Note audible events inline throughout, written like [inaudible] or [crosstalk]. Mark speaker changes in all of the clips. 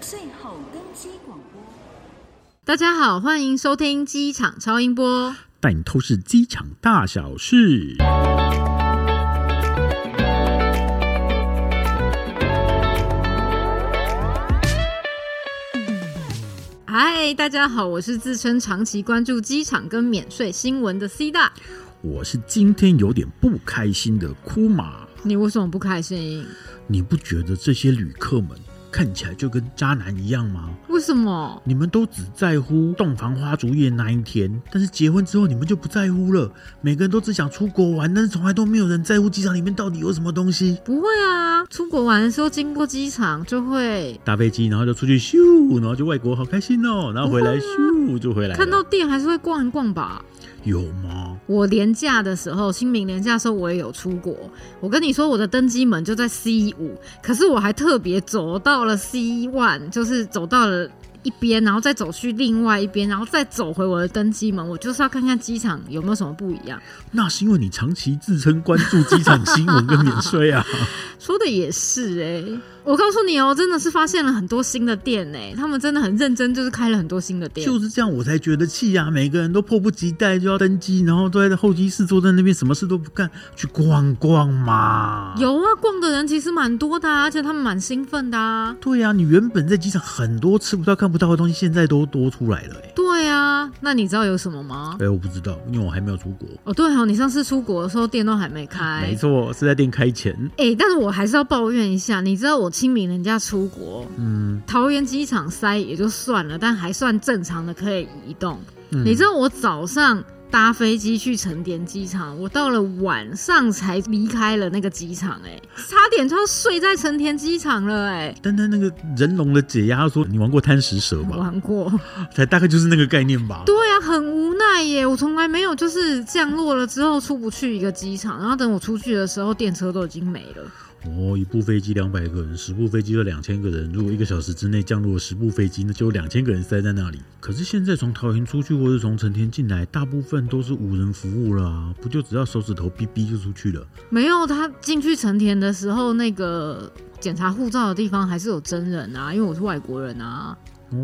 Speaker 1: 最后登机广播。
Speaker 2: 大家好，欢迎收听机场超音波。
Speaker 3: 带你透视机场大小事。
Speaker 2: 嗨，大家好，我是自称长期关注机场跟免税新闻的 C 大。
Speaker 3: 我是今天有点不开心的哭马，
Speaker 2: 你为什么不开心？
Speaker 3: 你不觉得这些旅客们看起来就跟渣男一样吗？
Speaker 2: 为什么？
Speaker 3: 你们都只在乎洞房花烛夜那一天，但是结婚之后你们就不在乎了。每个人都只想出国玩，但是从来都没有人在乎机场里面到底有什么东西。
Speaker 2: 不会啊，出国玩的时候经过机场就会
Speaker 3: 搭飞机，然后就出去咻，然后就外国好开心哦，然后回来咻就回来了。
Speaker 2: 嗯看到店还是会逛一逛吧。
Speaker 3: 有吗？
Speaker 2: 我廉假的时候，清明廉假的时候，我也有出国。我跟你说，我的登机门就在 C 五，可是我还特别走到了 C one，就是走到了一边，然后再走去另外一边，然后再走回我的登机门。我就是要看看机场有没有什么不一样。
Speaker 3: 那是因为你长期自称关注机场新闻跟免税啊。
Speaker 2: 说的也是哎、我告诉你哦，真的是发现了很多新的店哎、他们真的很认真，就是开了很多新的店。
Speaker 3: 就是这样，我才觉得气呀、每个人都迫不及待就要登机，然后都在候机室坐在那边，什么事都不干，去逛逛嘛。
Speaker 2: 有啊，逛的人其实蛮多的、啊，而且他们蛮兴奋的啊。
Speaker 3: 对呀、你原本在机场很多吃不到、看不到的东西，现在都多出来了、欸。
Speaker 2: 对啊，那你知道有什么吗
Speaker 3: 哎、？我不知道，因为我还没有出国。
Speaker 2: 哦，对哦，你上次出国的时候店都还没开，
Speaker 3: 嗯没。错，是在店开前。
Speaker 2: 哎、但是我还是要抱怨一下，你知道我清明人家出国，
Speaker 3: 嗯，
Speaker 2: 桃园机场塞也就算了，但还算正常的可以移动。
Speaker 3: 嗯
Speaker 2: 你知道我早上搭飞机去成田机场，我到了晚上才离开了那个机场、哎，差点就要睡在成田机场了、哎。
Speaker 3: 但他那个人龙的解压说，你玩过贪食蛇吗？
Speaker 2: 玩过，
Speaker 3: 才大概就是那个概念吧。
Speaker 2: 对啊，很无奈耶！我从来没有就是降落了之后出不去一个机场，然后等我出去的时候，电车都已经没了。
Speaker 3: 哦，一部飞机两百个人，十部飞机就两千个人。如果一个小时之内降落了十部飞机，那就有两千个人塞在那里。可是现在从桃园出去或者从成田进来，大部分都是无人服务了啊，不就只要手指头哔哔就出去了？
Speaker 2: 没有，他进去成田的时候，那个检查护照的地方还是有真人啊，因为我是外国人啊。
Speaker 3: 哦，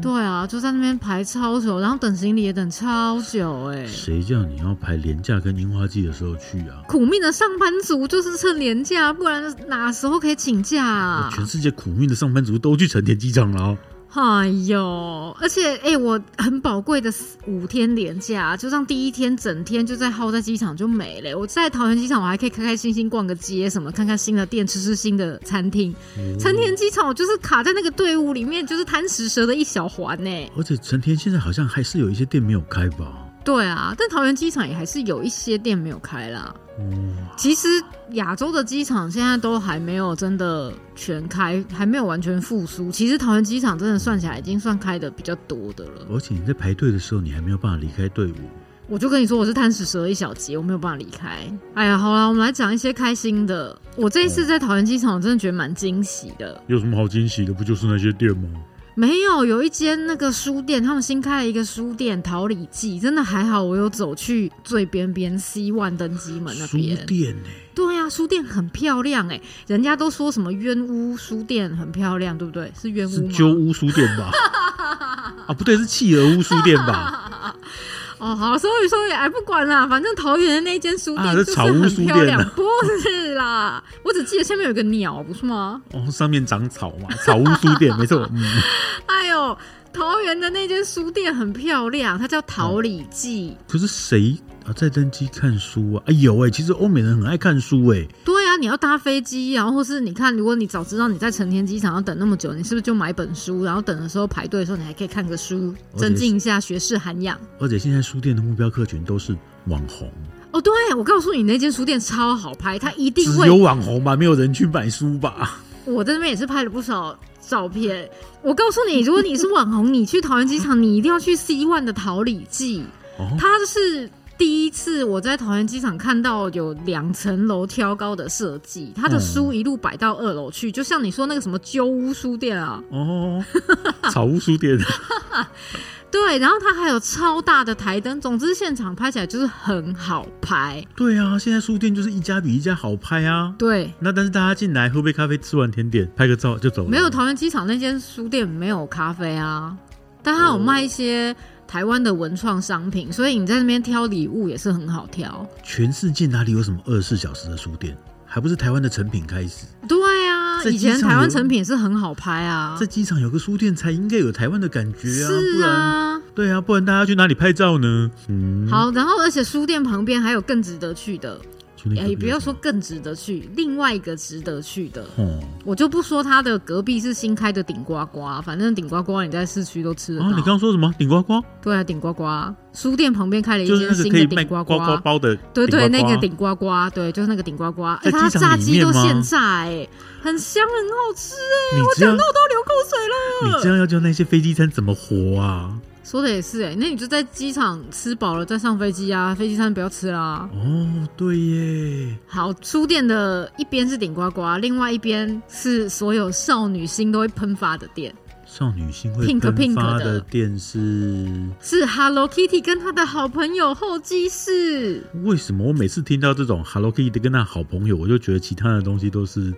Speaker 2: 对啊，就在那边排超久，然后等行李也等超久、哎，
Speaker 3: 谁叫你要排廉价跟樱花季的时候去啊？
Speaker 2: 苦命的上班族就是趁年假，不然哪时候可以请假啊？
Speaker 3: 全世界苦命的上班族都去成田机场了哦。
Speaker 2: 哎呦，而且哎、我很宝贵的四五天连假，就像第一天整天就在耗在机场就没了。我在桃园机场，我还可以开开心心逛个街，什么看看新的店，吃吃新的餐厅。成田机场，我就是卡在那个队伍里面，就是贪食蛇的一小环呢、
Speaker 3: 而且成田现在好像还是有一些店没有开吧？
Speaker 2: 对啊，但桃园机场也还是有一些店没有开啦。
Speaker 3: 哦，
Speaker 2: 其实亚洲的机场现在都还没有真的全开，还没有完全复苏。其实桃园机场真的算起来已经算开的比较多的了。
Speaker 3: 而且你在排队的时候，你还没有办法离开队伍。
Speaker 2: 我就跟你说，我是贪食蛇一小节，我没有办法离开。哎呀，好啦，我们来讲一些开心的。我这一次在桃园机场，我真的觉得蛮惊喜的。
Speaker 3: 有什么好惊喜的？不就是那些店吗？
Speaker 2: 没有，有一间那个书店，他们新开了一个书店——桃李记，真的还好，我有走去最边边 C one 登机门哦那
Speaker 3: 书
Speaker 2: 边。
Speaker 3: 店呢、
Speaker 2: 对啊，书店很漂亮哎、人家都说什么冤屋书店很漂亮，对不对？是冤
Speaker 3: 是
Speaker 2: 屋吗？
Speaker 3: 鸠屋书店
Speaker 2: [laughs]
Speaker 3: 吧？啊，不对，是企鹅屋书店吧？
Speaker 2: 哦，好，所以说也哎，不管啦，反正桃园的那间书
Speaker 3: 啊
Speaker 2: 店就
Speaker 3: 是
Speaker 2: 是
Speaker 3: 草屋
Speaker 2: 很
Speaker 3: 书
Speaker 2: 漂
Speaker 3: 店
Speaker 2: 亮，
Speaker 3: 啊
Speaker 2: 不是啦，我只记得下面有个鸟，不是吗？
Speaker 3: 哦，上面长草
Speaker 2: [laughs]
Speaker 3: 嘛，草屋书店，没错。嗯，
Speaker 2: 哎呦，桃园的那间书店很漂亮，它叫桃李记。
Speaker 3: 可是谁啊在登机看书啊？哎有哎、其实欧美人很爱看书哎、
Speaker 2: 对啊，你要搭飞机，然后或是你看，如果你早知道你在成田机场要等那么久，你是不是就买本书，然后等的时候排队的时候，你还可以看个书，
Speaker 3: 我觉得
Speaker 2: 增进一下学识涵养。
Speaker 3: 而且现在书店的目标客群都是网红，
Speaker 2: 哦，对，我告诉你，那间书店超好拍，它一定
Speaker 3: 只
Speaker 2: 会
Speaker 3: 有。网红吧，没有人去买书吧？
Speaker 2: 我在那边也是拍了不少照片。我告诉你，如果你是网
Speaker 3: [laughs]
Speaker 2: 红，你去桃园机场，你一定要去 C One 的桃李记，
Speaker 3: 哦，
Speaker 2: 它是。第一次我在桃园机场看到有两层楼挑高的设计，它的
Speaker 3: 嗯
Speaker 2: 书一路摆到二楼去，就 [laughs] 像你说那个什么鸠屋书店啊，
Speaker 3: 哦，草屋书店，
Speaker 2: 对，然后它还有超大的台灯，总之现场拍起来就是很好拍。
Speaker 3: 对啊，现在书店就是一家比一家好拍啊。
Speaker 2: 对，
Speaker 3: 那但是大家进来喝杯咖啡，吃完甜点，拍个照就走了。
Speaker 2: 没有桃园机场那间书店没有咖啡啊，但它有卖一些台湾的文创商品，所以你在那边挑礼物也是很好挑。
Speaker 3: 全世界哪里有什么二十四小时的书店？还不是台湾的成品开始？
Speaker 2: 对啊，
Speaker 3: 在
Speaker 2: 以
Speaker 3: 机场
Speaker 2: 前台湾
Speaker 3: 有
Speaker 2: 成品也是很好拍啊
Speaker 3: 在，机场有个书店才应该有台湾的感觉啊，
Speaker 2: 是
Speaker 3: 不然
Speaker 2: 啊。
Speaker 3: 对啊，不然大家去哪里拍照呢？嗯，
Speaker 2: 好，然后而且书店旁边还有更值得去的，
Speaker 3: 书店
Speaker 2: 哎也
Speaker 3: 隔壁
Speaker 2: 不
Speaker 3: 有
Speaker 2: 要
Speaker 3: 什
Speaker 2: 说
Speaker 3: 么
Speaker 2: 更值得去，另外一个值得去的，
Speaker 3: 哦，
Speaker 2: 我就不说它的隔壁是新开的顶呱呱，反正顶呱呱你在市区都吃得
Speaker 3: 啊，
Speaker 2: 到。
Speaker 3: 你刚刚说什么？顶呱呱，
Speaker 2: 对啊，顶呱呱书店旁边开了一
Speaker 3: 就是
Speaker 2: 间
Speaker 3: 那个
Speaker 2: 新
Speaker 3: 可以
Speaker 2: 的
Speaker 3: 卖
Speaker 2: 顶呱
Speaker 3: 呱呱包的顶呱呱，
Speaker 2: 对对，那个顶呱呱，对，就是那个顶呱呱，哎、
Speaker 3: 在
Speaker 2: 它
Speaker 3: 机场
Speaker 2: 炸
Speaker 3: 里
Speaker 2: 鸡
Speaker 3: 面
Speaker 2: 都
Speaker 3: 吗
Speaker 2: 现炸、哎，很香，很好吃、哎，
Speaker 3: 你
Speaker 2: 我
Speaker 3: 这
Speaker 2: 讲
Speaker 3: 样
Speaker 2: 到我都流口水了。
Speaker 3: 你这样要叫那些飞机餐怎么活啊？
Speaker 2: 说的也是、哎，那你就在机场吃饱了再上飞机啊，飞机餐不要吃啦。
Speaker 3: 哦，对耶，
Speaker 2: 好，书店的一边是顶呱呱，另外一边是所有少女心都会喷发的店，
Speaker 3: 少女心会
Speaker 2: Pink-
Speaker 3: 喷
Speaker 2: Pink
Speaker 3: 发
Speaker 2: 的
Speaker 3: 的电视。
Speaker 2: 是 Hello Kitty 跟她的好朋友候机室。
Speaker 3: 为什么我每次听到这种 Hello Kitty 跟那好朋友，我就觉得其他的东西都是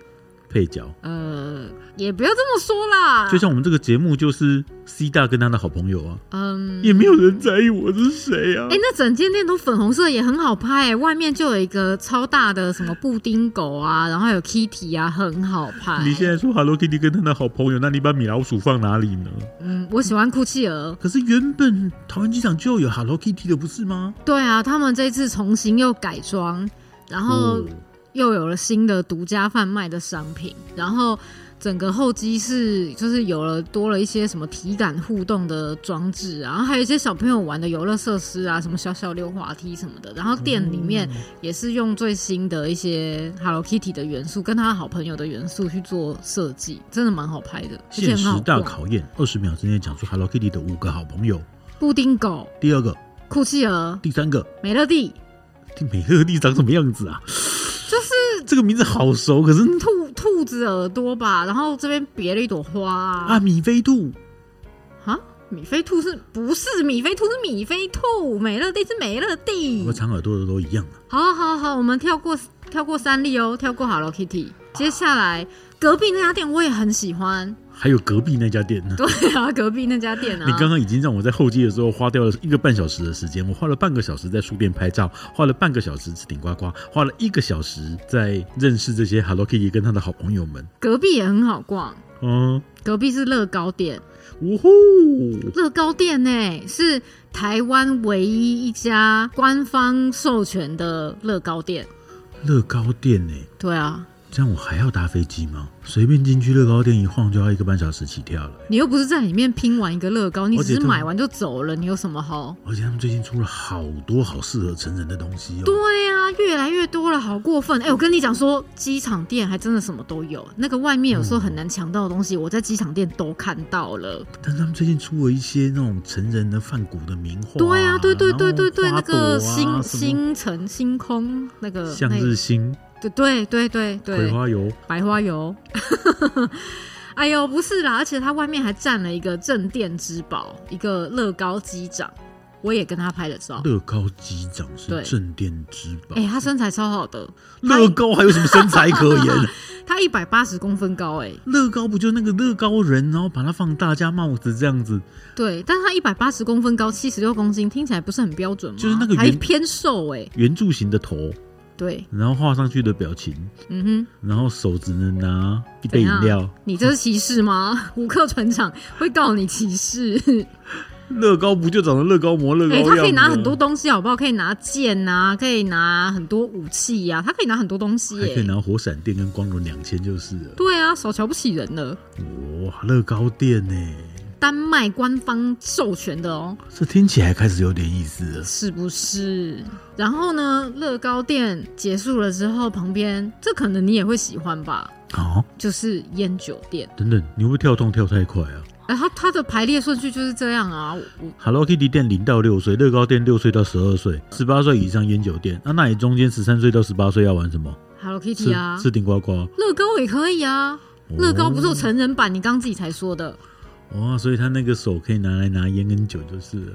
Speaker 3: 配角？
Speaker 2: 呃，也不要这么说啦，
Speaker 3: 就像我们这个节目就是 C 大跟他的好朋友啊，
Speaker 2: 嗯。
Speaker 3: 也没有人在意我是谁啊
Speaker 2: 哎、。那整间店都粉红色，也很好拍、欸。外面就有一个超大的什么布丁狗啊，然后还有 Kitty 啊，很好拍。
Speaker 3: 你现在说 Hello Kitty 跟他的好朋友，那你把米老鼠放哪里呢？
Speaker 2: 嗯，我喜欢酷企鹅。
Speaker 3: 可是原本桃园机场就有 Hello Kitty 的，不是吗？
Speaker 2: 对啊，他们这次重新又改装，然后
Speaker 3: 哦
Speaker 2: 又有了新的独家贩卖的商品，然后整个候机室就是有了多了一些什么体感互动的装置啊，然后还有一些小朋友玩的游乐设施啊，什么小小溜滑梯什么的。然后店里面也是用最新的一些 Hello Kitty 的元素跟他好朋友的元素去做设计，真的蛮好拍的，而且
Speaker 3: 限
Speaker 2: 很好
Speaker 3: 时大
Speaker 2: 逛
Speaker 3: 考验，二十秒之内讲出 Hello Kitty 的五个好朋友，
Speaker 2: 布丁狗、
Speaker 3: 第二个、
Speaker 2: 酷企鹅、
Speaker 3: 第三个，
Speaker 2: 美乐蒂、
Speaker 3: 第每个地长什么样子啊？
Speaker 2: 就是
Speaker 3: 这个名字好熟，可是
Speaker 2: 兔兔子耳朵吧，然后这边别了一朵花
Speaker 3: 啊，
Speaker 2: 啊。
Speaker 3: 米菲兔
Speaker 2: 啊米菲兔是不是米菲兔是米菲兔，美乐蒂是美乐蒂
Speaker 3: 和。长耳朵的都一样
Speaker 2: 好
Speaker 3: 啊。
Speaker 2: 好好，我们跳过跳过三丽哦，跳过 Hello Kitty。接下来隔壁那家店我也很喜欢， [laughs]
Speaker 3: 还有隔壁那家店呢。
Speaker 2: 对啊，隔壁那家店啊。
Speaker 3: 你刚刚已经让我在候机的时候花掉了一个半小时的时间，我花了半个小时在书店拍照，花了半个小时吃顶呱呱，花了一个小时在认识这些 Hello Kitty 跟他的好朋友们。
Speaker 2: 隔壁也很好逛，
Speaker 3: 嗯，
Speaker 2: 隔壁是乐高店，
Speaker 3: 呜呼，
Speaker 2: 乐高店呢、是台湾唯一一家官方授权的乐高店。
Speaker 3: 乐高店呢、
Speaker 2: 对啊，
Speaker 3: 这样我还要搭飞机吗？随便进去乐高店一晃就要一个半小时起跳了、
Speaker 2: 你又不是在里面拼完一个乐高，你
Speaker 3: 而且
Speaker 2: 只是
Speaker 3: 他们
Speaker 2: 买完就走了，你有什么好？
Speaker 3: 而且他们最近出了好多好适合成人的东西哦。
Speaker 2: 对啊，越来越多了，好过分！
Speaker 3: 嗯
Speaker 2: 哎、我跟你讲说，机场店还真的什么都有，那个外面有时候很难抢到的东西，我在机场店都看到了。
Speaker 3: 但是他们最近出了一些那种成人的泛古的名画、
Speaker 2: 对啊，对对
Speaker 3: 然后
Speaker 2: 对对对，
Speaker 3: 花
Speaker 2: 那个
Speaker 3: 朵啊
Speaker 2: 星
Speaker 3: 什么
Speaker 2: 星辰星空那个
Speaker 3: 向
Speaker 2: 那
Speaker 3: 日星、
Speaker 2: 对对对对
Speaker 3: 葵
Speaker 2: 对，
Speaker 3: 花油。
Speaker 2: 白花油。 [laughs] 哎呦，不是啦，而且它外面还站了一个镇店之宝，一个乐高机长，我也跟他拍了照。
Speaker 3: 乐高机长是
Speaker 2: 对
Speaker 3: 镇店之宝
Speaker 2: 哎、。他身材超好的，
Speaker 3: 乐高还有什么身材可
Speaker 2: [laughs]
Speaker 3: 言？
Speaker 2: 他一百八十公分高、哎，
Speaker 3: 乐高不就那个乐高人，然后把它放大加帽子这样子？
Speaker 2: 对，但是他一百八十公分高，七十六公斤，听起来不是很标准吗？
Speaker 3: 就是那个
Speaker 2: 还
Speaker 3: 圆
Speaker 2: 偏瘦哎、
Speaker 3: 圆柱形的头，
Speaker 2: 对，
Speaker 3: 然后画上去的表情，
Speaker 2: 嗯哼，
Speaker 3: 然后手只能拿一杯
Speaker 2: 怎
Speaker 3: 饮
Speaker 2: 样
Speaker 3: 料。
Speaker 2: 你这是歧视吗？ [laughs] 胡克船长会告你歧
Speaker 3: [laughs]
Speaker 2: 视。
Speaker 3: 乐高不就长得乐高模、乐高
Speaker 2: 哎、
Speaker 3: 样吗？啊
Speaker 2: 他可以拿很多东西，好不好？可以拿剑啊，可以拿很多武器呀、啊，他可以拿很多东西
Speaker 3: 还
Speaker 2: 耶、
Speaker 3: 可以拿火闪电跟光轮两千就是了。
Speaker 2: 对啊，少瞧不起人了。
Speaker 3: 哇，乐高店呢、
Speaker 2: 丹麦官方授权的哦，
Speaker 3: 这听起来开始有点意思了。
Speaker 2: 是不是？然后呢，乐高店结束了之后，旁边这可能你也会喜欢吧，
Speaker 3: 啊，
Speaker 2: 就是烟酒店。
Speaker 3: 等等，你会不会跳动跳太快啊
Speaker 2: 哎、它它的排列顺序就是这样啊。我我
Speaker 3: ？Hello Kitty 店零到六岁，乐高店六岁到十二岁，十八岁以上烟酒店。那、那你中间十三岁到十八岁要玩什么？
Speaker 2: Hello
Speaker 3: 吃
Speaker 2: Kitty 啊，
Speaker 3: 吃顶呱呱。
Speaker 2: 乐高也可以啊。乐高不是有
Speaker 3: 哦
Speaker 2: 成人版？你刚刚自己才说的，
Speaker 3: 哇，所以他那个手可以拿来拿烟跟酒就是了。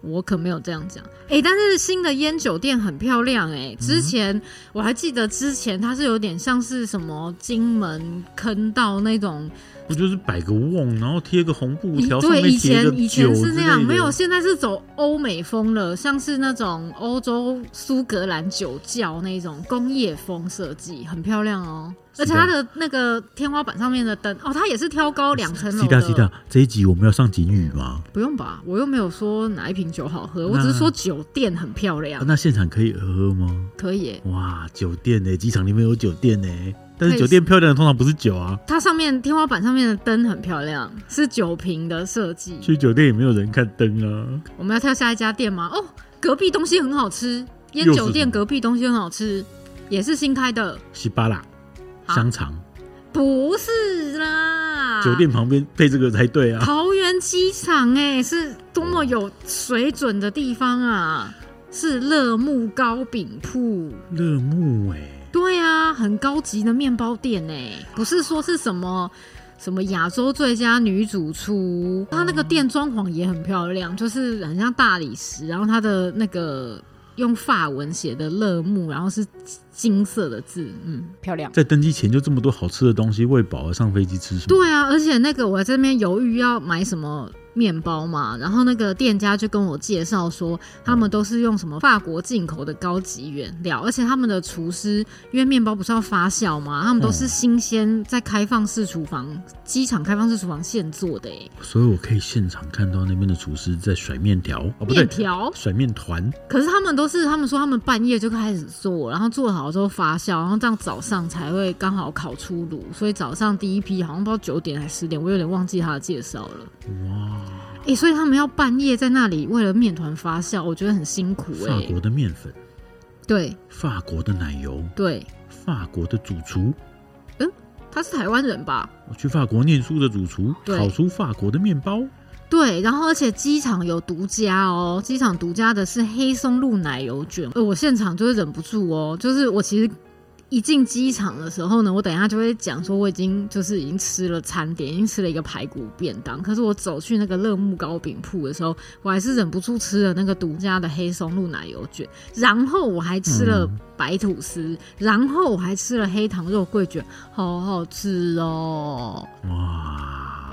Speaker 2: 我可没有这样讲，哎、但是新的烟酒店很漂亮、哎，之前、我还记得之前它是有点像是什么金门坑道那种，
Speaker 3: 不就是摆个瓮，然后贴个红布条，上
Speaker 2: 对，
Speaker 3: 面
Speaker 2: 以
Speaker 3: 贴个
Speaker 2: 前以前
Speaker 3: 酒
Speaker 2: 是
Speaker 3: 之
Speaker 2: 那
Speaker 3: 类
Speaker 2: 样，
Speaker 3: 的。
Speaker 2: 没有，现在是走欧美风了，像是那种欧洲苏格兰酒窖那种工业风设计，很漂亮哦，
Speaker 3: 是
Speaker 2: 而且
Speaker 3: 的
Speaker 2: 它的那个天花板上面的灯，哦，它也是挑高两层楼
Speaker 3: 西大西
Speaker 2: 的
Speaker 3: 大，，这一集我们要上警语吗？
Speaker 2: 不用吧，我又没有说哪一瓶酒好喝，我
Speaker 3: 那
Speaker 2: 只是说酒店很漂亮
Speaker 3: 啊，那现场可以喝吗？
Speaker 2: 可以、哎
Speaker 3: 哇，酒店呢、机场里面有酒店呢、但是
Speaker 2: 可以
Speaker 3: 酒店漂亮的通常不是酒啊，
Speaker 2: 它上面天花板上面的灯很漂亮，是酒瓶的设计。
Speaker 3: 去酒店也没有人看灯啊。
Speaker 2: 我们要跳下一家店吗？哦，隔壁东西很好吃，烟
Speaker 3: 又是
Speaker 2: 酒
Speaker 3: 什
Speaker 2: 店
Speaker 3: 么
Speaker 2: 隔壁东西很好吃，也是新开的，
Speaker 3: 西巴啦，
Speaker 2: 好
Speaker 3: 香肠，
Speaker 2: 不是啦，
Speaker 3: 酒店旁边配这个才对啊。
Speaker 2: 桃园机场哎、是多么有水准的地方啊！是乐木糕饼铺，
Speaker 3: 乐木哎、
Speaker 2: 对啊，很高级的面包店哎、不是说是什么什么亚洲最佳女主厨，它那个店装潢也很漂亮，就是很像大理石，然后它的那个用法文写的乐木，然后是金色的字，嗯，漂亮。
Speaker 3: 在登机前就这么多好吃的东西，喂饱了上飞机吃什么？
Speaker 2: 对啊，而且那个我在这边犹豫要买什么面包嘛，然后那个店家就跟我介绍说，他们都是用什么法国进口的高级原料，而且他们的厨师因为面包不是要发酵嘛，他们都是新鲜在开放式厨房、机场开放式厨房现做的耶，
Speaker 3: 所以我可以现场看到那边的厨师在甩面条，哦不对
Speaker 2: 面，条。
Speaker 3: 甩面团，
Speaker 2: 可是他们都是他们说他们半夜就开始做，然后做好之后发酵，然后这样早上才会刚好烤出炉，所以早上第一批好像不知道九点还是十点，我有点忘记他的介绍了。
Speaker 3: 哇，
Speaker 2: 哎、所以他们要半夜在那里为了面团发酵，我觉得很辛苦哎、
Speaker 3: 法国的面粉，
Speaker 2: 对
Speaker 3: 法国的奶油，
Speaker 2: 对，
Speaker 3: 法国的主厨，
Speaker 2: 他是台湾人吧？
Speaker 3: 我去法国念书的主厨，
Speaker 2: 对
Speaker 3: 烤出法国的面包，
Speaker 2: 对，然后而且机场有独家哦，机场独家的是黑松露奶油卷，呃，我现场就是忍不住哦，就是我其实。一进机场的时候呢，我等一下就会讲说我已经就是已经吃了餐点，已经吃了一个排骨便当。可是我走去那个乐木糕饼铺的时候，我还是忍不住吃了那个独家的黑松露奶油卷，然后我还吃了
Speaker 3: 嗯
Speaker 2: 白吐司，然后我还吃了黑糖肉桂卷，好好吃哦。
Speaker 3: 哇，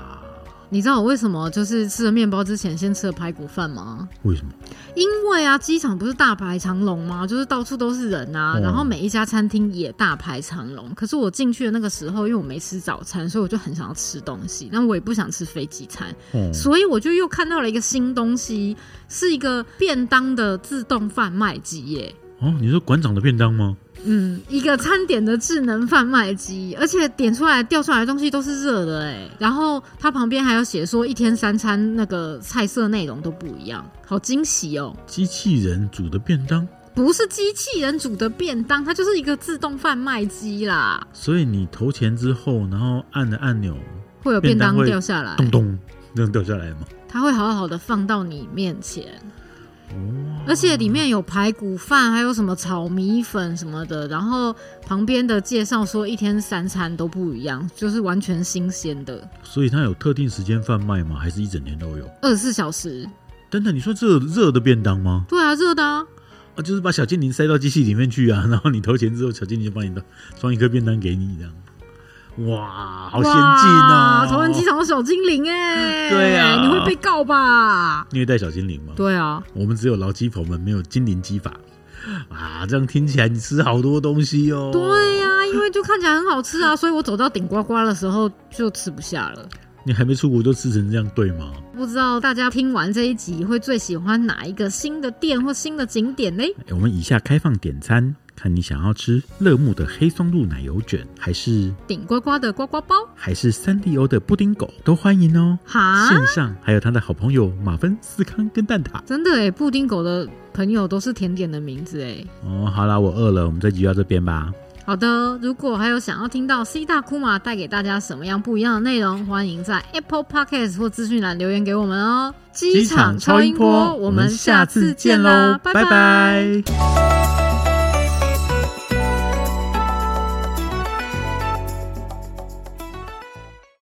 Speaker 2: 你知道我为什么就是吃了面包之前先吃了排骨饭吗？
Speaker 3: 为什么？
Speaker 2: 因为啊，机场不是大排长龙吗？就是到处都是人啊，
Speaker 3: 哦
Speaker 2: 然后每一家餐厅也大排长龙。可是我进去的那个时候，因为我没吃早餐，所以我就很想要吃东西，但我也不想吃飞机餐，
Speaker 3: 哦，
Speaker 2: 所以我就又看到了一个新东西，是一个便当的自动贩卖机耶。
Speaker 3: 哦，你说馆长的便当吗？
Speaker 2: 嗯，一个餐点的智能贩卖机，而且点出来掉出来的东西都是热的哎、然后它旁边还有写说一天三餐那个菜色内容都不一样，好惊喜哦！
Speaker 3: 机器人煮的便当，
Speaker 2: 不是机器人煮的便当，它就是一个自动贩卖机啦，
Speaker 3: 所以你投钱之后，然后按了按钮，
Speaker 2: 会有便
Speaker 3: 便当
Speaker 2: 当
Speaker 3: 会
Speaker 2: 掉下来，
Speaker 3: 咚咚，这样掉下来吗？
Speaker 2: 它会好好的放到你面前，
Speaker 3: 哇，
Speaker 2: 而且里面有排骨饭，还有什么炒米粉什么的，然后旁边的介绍说一天三餐都不一样，就是完全新鲜的，
Speaker 3: 所以它有特定时间贩卖吗？还是一整年都有？
Speaker 2: 二十四小时。
Speaker 3: 等等，你说热热的便当吗？
Speaker 2: 对啊，热的啊，
Speaker 3: 啊，就是把小精灵塞到机器里面去啊，然 [laughs] 后你投钱之后，小精灵就帮你装一颗便当给你这样。哇，好先进
Speaker 2: 哇
Speaker 3: 啊！
Speaker 2: 桃园机场有小精灵哎、
Speaker 3: [laughs] 对啊
Speaker 2: 你会被告吧？
Speaker 3: 虐待小精灵吗？
Speaker 2: 对啊，
Speaker 3: 我们只有劳基朋们，没有精灵机法啊。这样听起来你吃好多东西哦。
Speaker 2: 对呀、因为就看起来很好吃啊，所以我走到顶呱呱的时候就吃不下了。
Speaker 3: 你还没出国就吃成这样，对吗？
Speaker 2: 不知道大家听完这一集会最喜欢哪一个新的店或新的景点嘞？
Speaker 3: 哎我们以下开放点餐，看你想要吃乐木的黑松露奶油卷，还是
Speaker 2: 顶呱呱的呱呱包
Speaker 3: 还是三丽鸥的布丁狗，都欢迎哦。
Speaker 2: 哈，
Speaker 3: 线上还有他的好朋友马芬、思康跟蛋挞。
Speaker 2: 真的哎、布丁狗的朋友都是甜点的名字哎、
Speaker 3: 哦，好啦，我饿了，我们这集就到这边吧。
Speaker 2: 好的，如果还有想要听到 C 大库玛带给大家什么样不一样的内容，欢迎在 Apple Podcast 或资讯栏留言给我们哦。机场超音波，我们下次见喽，拜拜
Speaker 3: 拜